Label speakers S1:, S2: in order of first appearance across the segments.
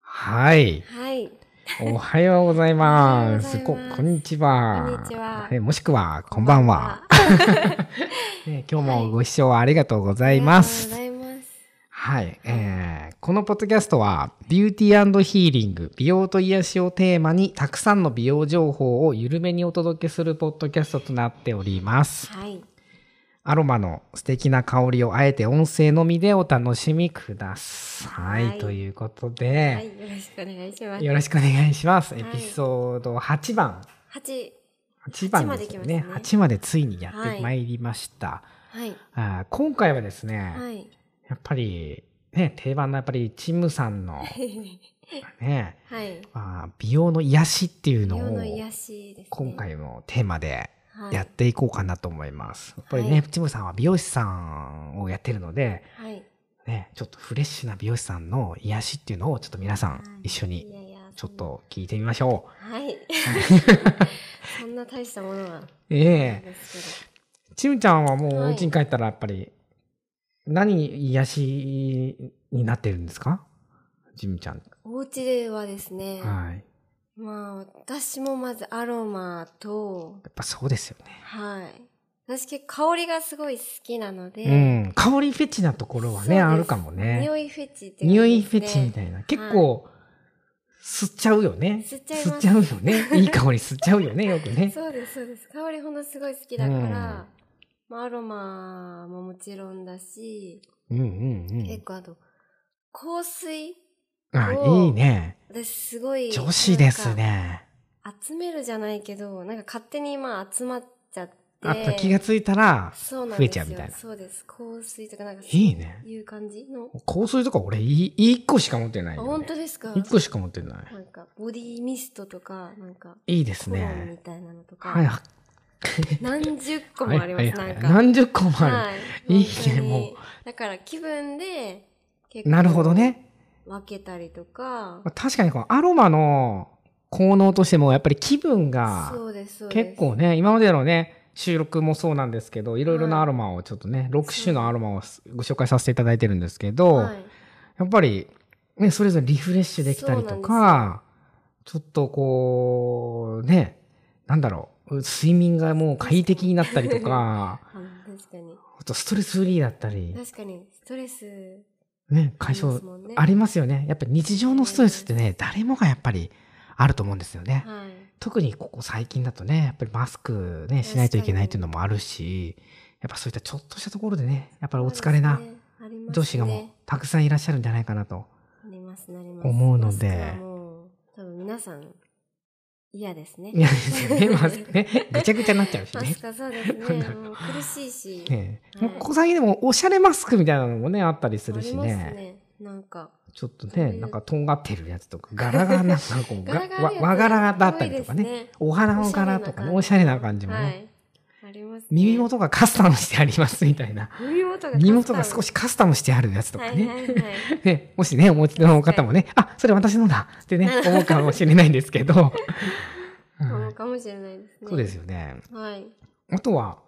S1: はい。
S2: はい。
S1: おはようございます。
S2: おはよう
S1: こ
S2: ございます、
S1: こんにちは。
S2: こんにちは
S1: えもしくは、こんばんは。ね今日もご視聴ありがとうございます。
S2: ありがとうございます。
S1: はい、えーこのポッドキャストはビューティーヒーリング美容と癒しをテーマにたくさんの美容情報を緩めにお届けするポッドキャストとなっております
S2: はい。
S1: アロマの素敵な香りをあえて音声のみでお楽しみください、
S2: はい
S1: ということ
S2: はい。
S1: で、
S2: よろしくお願いします。
S1: よろしくお願いします、
S2: い
S1: エピソード8番
S2: 八。
S1: 8番ですよね
S2: 8
S1: 8
S2: まで
S1: まで
S2: 来ましたね
S1: ついにやってまいりました、
S2: はい。
S1: あー今回はですね、
S2: はい。
S1: やっぱりね定番のやっぱりチムさんの ね
S2: はい。
S1: まあ、美容の癒しっていうの
S2: 世
S1: を
S2: の癒しですね。
S1: 今回のテーマで
S2: はい
S1: やっていこうかなと思います。やっぱりね、
S2: はい
S1: チムさんは美容師さんをやってるので、
S2: はい。
S1: ね、ちょっとフレッシュな美容師さんの癒しっていうのをちょっと皆さ
S2: はい
S1: ん一緒
S2: い
S1: に
S2: やいや
S1: ちょっ。と聞いてみましょう。
S2: はい。 そんな大したものは。
S1: ええ
S2: です
S1: チムちゃんはも
S2: は
S1: う
S2: い
S1: お家に帰ったらやっぱり何に癒しになってるんですかチムちゃん。
S2: けどお家ではですね、
S1: はい。
S2: まあ私もまずアロマと、
S1: やっぱそうですよね。
S2: はい。私結構香りがすごい好きなので、
S1: うん。香りフェチなところはね、
S2: そうです
S1: あるかもね。
S2: 匂いフェチって感じですね
S1: 匂いフェチみたいな。結構、吸っちゃうよね。
S2: 吸っちゃいます
S1: うよ ね。いい香り吸っちゃうよね、よくね。
S2: そうですそうです香りほんのすごい好きだから、
S1: うん
S2: まあ、アロマももちろんだし、
S1: うんうん
S2: 結構あと香水
S1: うん。あ、
S2: 構
S1: いいね。
S2: ですごい
S1: 女子です
S2: なんか
S1: ね。
S2: 集めるじゃないけどなんか勝手にまあ集まっちゃって
S1: あと気がついたら、
S2: そうなんですよ
S1: 増えちゃうみたいな
S2: そうです香水とかなんか
S1: いいね。
S2: いう感じの、
S1: 香水とか俺、い一個しか持ってない
S2: あ
S1: よ、ね。
S2: 本当ですか
S1: 一個しか持ってない。
S2: なんかボディミストとかなんか
S1: いいです
S2: コロンみ
S1: ね。
S2: たいなのとか、
S1: はい、は
S2: 何十個
S1: は
S2: も
S1: い
S2: ありま
S1: は
S2: す、
S1: いはい。
S2: なんか
S1: 何十個もある。
S2: はい。
S1: いいね
S2: 本当に
S1: も
S2: だから気分で、
S1: なるほど。ね。
S2: 分けたりとか。
S1: 確かにこのアロマの効能としても、やっぱり気分が、
S2: そうです、そうです。
S1: 結構ね今までのね収録もそうなんですけどいろいろなアロマをちょっとね、6種のアロマをご紹介させていただいてるんですけど、
S2: はい、
S1: やっぱり、ね、それぞれリフレッシュできたりと
S2: そうな
S1: かちょっとこうねなんだろう睡眠がもう快適になったりと か
S2: あ確かに。
S1: あとストレスフリーだったり、
S2: 確かに、ストレス
S1: ね、
S2: あ
S1: 解
S2: ります
S1: 消
S2: もんね。
S1: ありますよねやっぱり日常のストレスってね誰もがやっぱりあると思うんですよね。
S2: はい。
S1: 特にここ最近だとねやっぱりマスクねしないといけないっていうのもあるしやっぱそういったちょっとしたところでねやっぱりお疲れな
S2: そうですねありますね
S1: 女子がもうたくさんいらっしゃるんじゃないかなと
S2: あります、なります。
S1: 思うので
S2: マスクはもう、多分皆さん、嫌ですね。
S1: いやですよ ねマスクねぐちゃぐちゃになっちゃうし
S2: マ
S1: ね
S2: ス。クはそうです
S1: なん
S2: ね。
S1: だろう
S2: もう苦しいし。
S1: ね
S2: はい
S1: もうここ最近でもおしゃれマスクみたいなのもねあったりするし
S2: あ
S1: ね
S2: りますね。なんか。
S1: ちょっと
S2: そう
S1: ね
S2: いう
S1: なんかとんがってるやつとか柄がなんか こうが
S2: 柄があ
S1: わ
S2: るやつ
S1: 和柄だったりとかね
S2: 多いですね
S1: お花の柄とかねお
S2: お
S1: し
S2: し
S1: ゃ
S2: ゃ
S1: れ
S2: れ
S1: な
S2: な
S1: 感じもね、
S2: はい。あります、ね。
S1: 耳元がカスタムしてありますみたいな
S2: 耳元が
S1: 耳元が少
S2: し
S1: しカスタムしてあるやつとかね、
S2: はいはいはい。
S1: ね、もしね、お持ちの方もね、あ、それ私のだってね、思うかもしれないんですけ ど。
S2: そ
S1: は
S2: う
S1: い
S2: かもしれないですね。
S1: そうですよね。
S2: はい。
S1: あとは、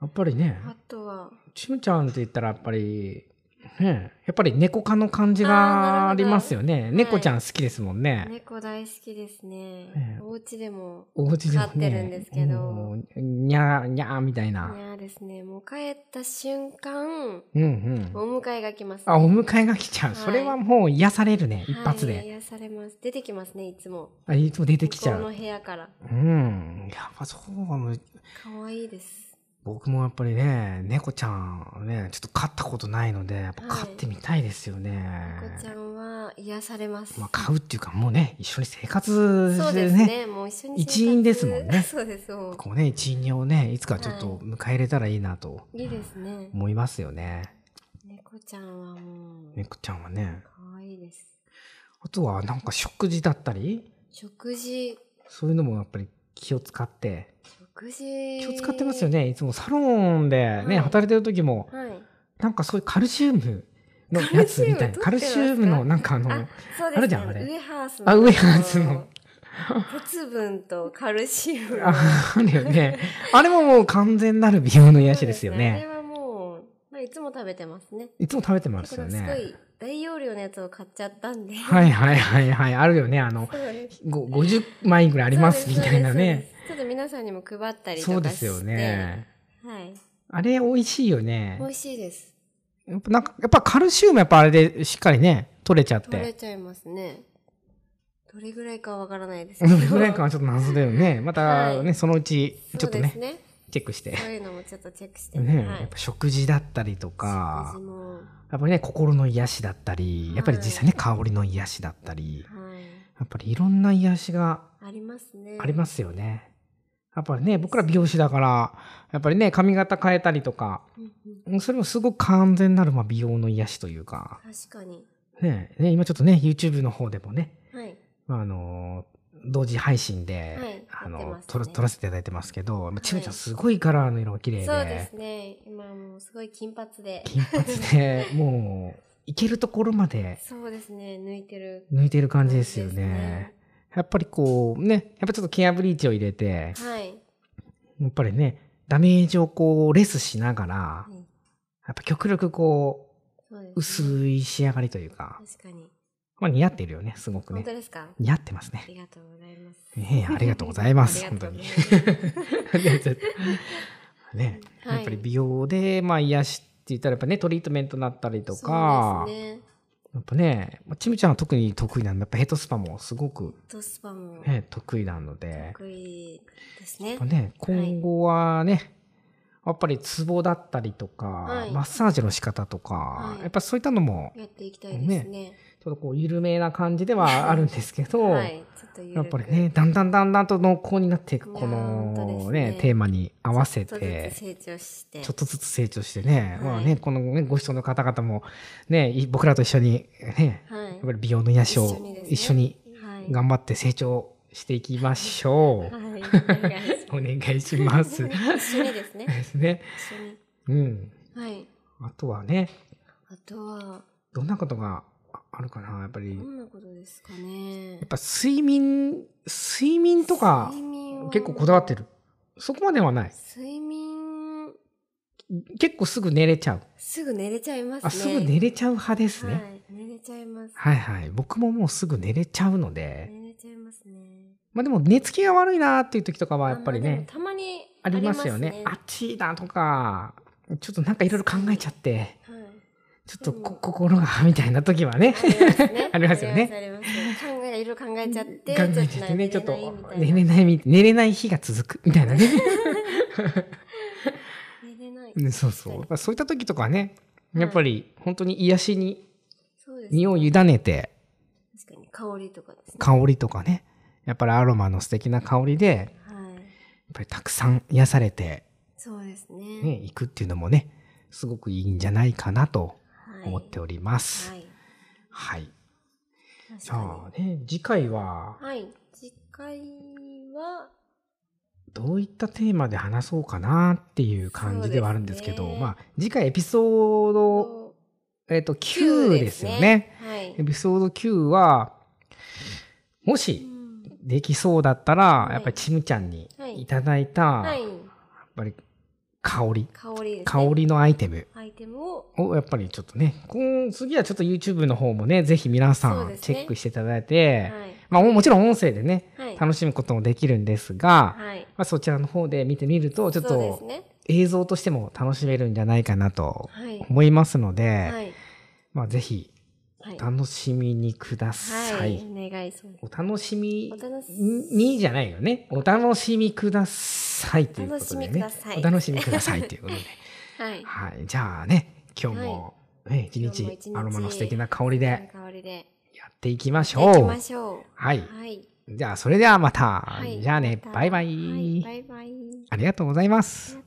S1: やっぱりね、
S2: あとは、
S1: ちむちゃんって言ったらやっぱり、ね、やっぱり猫科の感じ
S2: あ
S1: が
S2: ー
S1: ありますよね。
S2: い
S1: 猫ちゃん好きですもんね。
S2: 猫大好きです
S1: え
S2: ね
S1: え。
S2: お家でも、
S1: お家でもね。
S2: 飼ってるんですけど
S1: もうにゃーにゃーみたい
S2: いや
S1: な。
S2: ーですね、もう帰った瞬間、
S1: うんう
S2: お
S1: ん。
S2: 迎えが来ます、
S1: あ、お迎えが来ちゃ
S2: は
S1: う。
S2: い
S1: それはもう癒されるね、一発
S2: はい、
S1: で。
S2: 癒されます。出てきますね、いつも。
S1: あいつも出てきちゃ
S2: 向こ
S1: う。
S2: の部屋から。
S1: うん。やっぱそうかも
S2: 可愛いです。
S1: 僕もやっぱりね、猫ちゃんね、ちょっと飼ったことないので、やっぱ飼ってみたいですよね。
S2: 猫ちゃんは癒されます。
S1: まあ飼うっていうかもうね、一緒に生活
S2: そう
S1: し
S2: で
S1: て
S2: す
S1: ね、
S2: ね、もう一緒に生活
S1: 一員ですもんね
S2: そうです、もう
S1: こうね、一員をね、いつかちょっと迎え入れたらいいなと
S2: いいですね。
S1: 思いますよね。
S2: 猫ちゃんはもう、
S1: 猫ちゃんはね。
S2: 可愛いです。
S1: あとはなんか食事だったり、
S2: 食事、
S1: そういうのもやっぱり気を使って、
S2: 食事。
S1: 気を使ってますよ。ね。いつもサロンでね、
S2: はい
S1: 働いてる時も、
S2: はい。
S1: なんかそういうカルシウムのやつみたいな。カ
S2: カ
S1: ル
S2: ル
S1: シ
S2: シ
S1: ウ
S2: ウム取ってま
S1: ム
S2: すか
S1: のなんかあの、
S2: あ、そうです、ね。
S1: あるじゃんあれ
S2: ウエハース
S1: あウエハースの。
S2: 鉄分とカルシウムの。
S1: ああるよね。あれももう完全なる美容の癒しですよ
S2: そう
S1: ね。
S2: あれはもう、まあ、いつも食べてますね。
S1: いつも食べてま
S2: だ
S1: す
S2: か
S1: よ
S2: らすご
S1: ね。
S2: い大容量のやつを買っちゃったんで。。
S1: はいいはいはいはい。あるよね。あの、
S2: そうです。
S1: ご50枚ぐらいありますみたいな
S2: そうです
S1: ね。。
S2: そうですちょっと皆さんにも配ったりとかして。
S1: そうですよ。ね。
S2: はい。
S1: あれ美味しいよね
S2: 美。味しいです。
S1: やっぱなんか、やっぱカルシウムやっぱあれでしっかりね、取れちゃっ
S2: 取れ
S1: て。
S2: ちゃいますね。どれぐらいかわからないです
S1: ど
S2: けど。
S1: れぐらいかはちょっと謎だよね。またね、
S2: はい
S1: そのうち、ち
S2: そ
S1: ょっ
S2: う
S1: と
S2: です
S1: ね、
S2: ね。
S1: チェックして
S2: そ。ういうのもちょっとチェックして。
S1: ね、
S2: はい
S1: やっぱ食事だったりとか
S2: 食事、もは
S1: やっぱりね、心の癒しだったり、やっぱり
S2: はい
S1: 実際ね、香りの癒しだったり、
S2: い。
S1: やっぱりいろんな癒しが
S2: ありますね。
S1: ありますよね。やっぱりね、僕ら美容師だから、やっぱりね、髪型変えたりとか、
S2: うんうん
S1: うんそれもすごく完全なるまあ美容の癒しというか、
S2: 確かに。
S1: ね、ね今ちょっとね、YouTube の方でもね、
S2: はい。
S1: まああの同時配信で、
S2: はい
S1: あの
S2: やってますね
S1: 撮ら撮らせていただいてますけど、まあ、ちむちゃ
S2: は
S1: ん
S2: い
S1: すごいカラーの色が綺麗で
S2: そうですね。今もうすごい金髪で。
S1: 金髪でもういけるところまで
S2: そうですね。抜いてる。
S1: 抜いてる感じですよね
S2: そうですね
S1: やっぱりこうねやっぱちょっとケアブリーチを入れて
S2: はい。
S1: やっぱりねダメージをこうレスしながら
S2: うん
S1: やっぱ極力こ
S2: そうですね
S1: う薄い仕上がりというか、
S2: 確かに。
S1: まあ、似合ってるよねすごく
S2: 本
S1: ね
S2: 当ですか
S1: 似合ってます
S2: あ
S1: ね
S2: りがとうございます。
S1: ねえありがとうございます
S2: ありがとうございます
S1: 本当にいや絶対ね
S2: はい
S1: やっぱり美容でまあ癒しって言ったらやっぱねトリートメントだったりとか、
S2: そうですね。
S1: やっぱねまあちむちゃんは特に得意なのやっぱヘッドスパもすごく、
S2: ドスパも
S1: ね、得意なので
S2: 得意ですね
S1: やっぱ。ね今後はね、やっぱりツボだったりとか、
S2: はい
S1: マッサージの仕方とか、
S2: はい
S1: やっぱそういったのも
S2: やっていきたいですね。
S1: ちょっとこう緩めな感じではあるんですけど、
S2: はい。ちょっと緩く
S1: やっぱりね、だんだんだんだんと濃厚になっていく
S2: いやー
S1: この
S2: 本当です
S1: ね
S2: ね
S1: テーマに合わせ
S2: ちょっとず
S1: て
S2: つ成長して。
S1: ちょっとずつ成長してね、
S2: はい
S1: まあねこのねご視聴の方々もねい僕らと一緒にね
S2: はい。
S1: やっぱり美容の癒しを一緒に
S2: はい。
S1: 頑張って成長していきましょう。
S2: はい。お願いし
S1: お願いしま
S2: ます
S1: す。で
S2: 一緒にですね。
S1: すね。
S2: 一緒に。
S1: うん。
S2: はい。
S1: あとはね、
S2: あとは、
S1: どんなことがああるかな、やっぱり。
S2: ど
S1: や
S2: んなことですかね
S1: っ。ぱ睡眠、睡眠とか
S2: 睡眠は
S1: 結構こだわってる。そこまではない。
S2: 睡眠、
S1: 結構すぐ寝れちゃう。
S2: すぐ寝れちゃいますね。
S1: あ、すぐ寝れちゃう派ですね。
S2: はい。寝れちゃいます。
S1: はいはい。僕ももうすぐ寝れちゃうので、
S2: 寝れちゃいますね。
S1: まあでも寝つきが悪いなーっていう時とかはやっぱり
S2: あまあでも
S1: ね、
S2: たまに
S1: ありますよね。あ
S2: あ
S1: っちいなとか、ちょっとなんかいろいろ考えちゃって、
S2: ります ねはい。
S1: ちょっとこ心が みたいな時は ね、あ
S2: あ
S1: りま
S2: りますす
S1: よ
S2: よ
S1: ね
S2: ね。ありますあります考え、いろいろ考えちゃって、
S1: 考えちゃってね、ち
S2: ち
S1: ょ
S2: ょ
S1: っ
S2: っ
S1: と
S2: と
S1: 寝
S2: 寝
S1: れ
S2: れないみたいな。
S1: ないみ、寝れない日が続くみたいなね。
S2: 寝れない。
S1: うんそうそう。やっぱそういった時とかはね、やっぱり本当に癒しに
S2: そうですね
S1: 身を委ねて、
S2: 確かに香りとかですね。
S1: 香りとかね、やっぱりアロマの素敵な香りで、やっ
S2: はい。
S1: ぱりたくさん癒されて、
S2: そうです
S1: ね、
S2: ね。
S1: 行くっていうのもね、すごくいいんじゃないかなと
S2: はい
S1: 思っております。
S2: はい。
S1: はい。
S2: 確
S1: じゃ
S2: か
S1: あね、次回は
S2: に。はい。次回は、
S1: どういったテーマで話そうかなっていう感じではあるんですけ
S2: そう
S1: ど、
S2: ですね
S1: まあ、次回エピソード、えっ、と、9ですよね。。
S2: はい。
S1: エピソード9は、も
S2: う
S1: し
S2: ん
S1: できそうだったら、
S2: はい
S1: やっぱりちむちゃんに
S2: はい
S1: いただいた、
S2: はい
S1: や。っぱり香り、
S2: 香りですね。
S1: 香りのアイテム
S2: アイテムを、
S1: をやっぱりちょっとね、今次はちょっと YouTube の方もね、ぜひ皆さ
S2: そうんです
S1: チ
S2: ね
S1: ェックしていただい
S2: は
S1: て、
S2: い。
S1: まあもちろん音声でね、
S2: はい。
S1: 楽しむこともできるんですが、
S2: はい。
S1: まあ、そちらの方で見てみると、ちょっ
S2: そうです
S1: と
S2: ね。
S1: 映像としても楽しめるんじゃないかなと
S2: はい。
S1: 思いますので、
S2: はい。
S1: まあぜひ
S2: はい。
S1: お楽しみにくださ。
S2: はいい。お願いします。
S1: お楽しみ
S2: お楽し
S1: にじゃないよね。お楽しみくださいということでね。
S2: お楽しみください
S1: お楽しみくださいということ で。
S2: はい。
S1: はい。じゃあね、今日も、ね一
S2: 今日も
S1: 日
S2: 一日
S1: アロマの素敵な香り
S2: いい
S1: で
S2: 香りで。
S1: やっていきまし
S2: じゃあ
S1: ょ
S2: 行き
S1: う。
S2: ましょ
S1: はい。
S2: う。はい。
S1: じゃあそれではまた。
S2: はい
S1: じゃあね、
S2: また
S1: バイバイ。
S2: はいバイバイ。
S1: ありがとうございます。
S2: は